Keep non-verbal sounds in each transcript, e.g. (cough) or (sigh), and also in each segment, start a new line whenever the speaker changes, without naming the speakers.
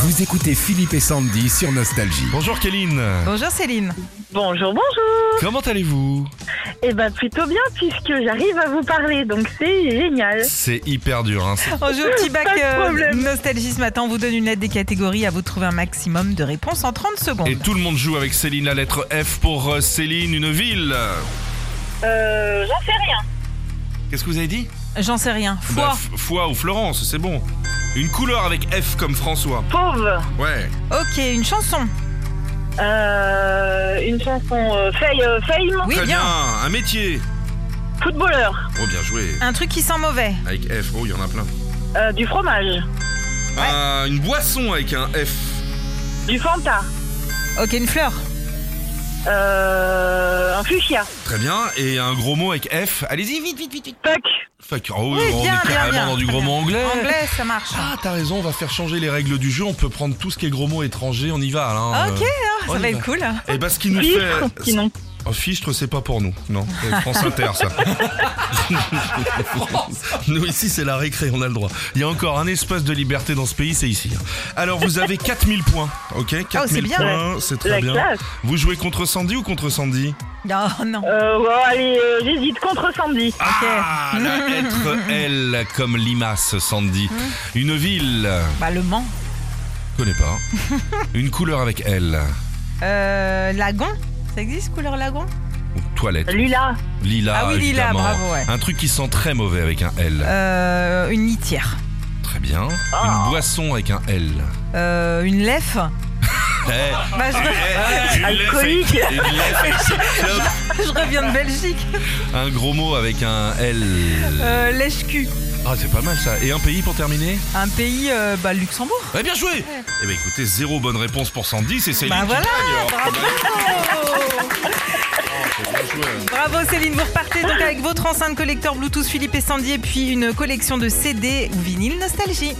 Vous écoutez Philippe et Sandy sur Nostalgie.
Bonjour Kéline,
Bonjour Céline.
Bonjour, bonjour.
comment allez-vous
Eh ben plutôt bien puisque j'arrive à vous parler, donc c'est génial.
C'est hyper dur. hein. C'est-
On joue au Oh, petit bac
Pas de
euh,
problème.
nostalgie ce matin. On vous donne une lettre des catégories. À vous de trouver un maximum de réponses en 30 secondes.
Et tout le monde joue avec Céline, la lettre F pour euh, Céline, une ville.
Euh, j'en sais rien.
Qu'est-ce que vous avez dit
J'en sais rien. Foi.
Bah, F- Foix ou Florence, c'est bon. Une couleur avec F comme François.
Pauvre.
Ouais.
ok, une chanson.
Euh, une chanson euh, Fame, euh, Fame,
Oui,
Ah, Très
bien.
Un métier.
footballeur,
Oh, bien joué.
Un truc qui sent mauvais.
Avec F, oh, il y en a plein.
euh, du fromage,
Un- une boisson avec un F.
du Fanta,
Ok, une fleur.
euh, un fuchsia.
Très bien. Et un gros mot avec F. Allez-y, vite, vite, vite, vite.
Fuck.
Fuck. Oh,
Oui,
on
bien,
est
bien,
carrément
bien.
dans du
Très
gros
bien.
mot anglais.
Anglais, ça marche.
Euh. Ah, t'as raison, on va faire changer les règles du jeu. On peut prendre tout ce qui est gros mots étrangers. On y va, Alain.
ok, hein,
on
ça
y
va
va.
être cool.
Et bah, ce qui nous
Fichtre,
fait. Oh,
sinon.
Un fichtre, c'est pas pour nous. Non, c'est France Inter, ça. nous, ici, c'est la récré, on a le droit. Il y a encore un espace de liberté dans ce pays, c'est ici. hein. Alors, vous avez 4000 points, ok 4000
Oh, bien.
points, c'est très
La
bien.
classe.
Vous jouez contre Sandy ou contre Sandy
Oh non.
Euh, ouais, allez, euh, j'hésite contre Sandy.
Ah, la lettre L comme limace, Sandy.
Mmh.
Une ville,
Bah, le Mans.
je connais pas. hein. Une couleur avec L.
Euh, lagon. Ça existe, couleur lagon
Ou Toilette.
Lula,
Lila,
Ah oui, lila,
évidemment.
bravo, ouais.
Un truc qui sent très mauvais avec un L.
Euh, Une litière.
Très bien.
Ah.
Une boisson avec un L.
Euh, une leffe.
Eh,
Bah, je,
alcoolique.
(laughs) je reviens de Belgique.
Un gros mot avec un L.
Euh, Lèche-cul.
Ah, c'est pas mal ça. Et un pays pour terminer
Un pays, euh, bah, Luxembourg.
Ouais, bien joué Eh ben écoutez, zéro bonne réponse pour 110 et c'est
Bah
lui
voilà, bravo
Oh.
Bravo Céline, vous repartez donc avec votre enceinte collecteur Bluetooth Philippe et Sandy et puis une collection de CD ou vinyle nostalgie.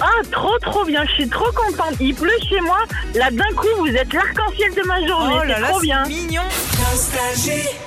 Ah, trop, trop bien. Je suis trop contente. Il pleut chez moi. Là, d'un coup, vous êtes l'arc-en-ciel de ma journée.
oh là
c'est
là,
trop bien.
c'est mignon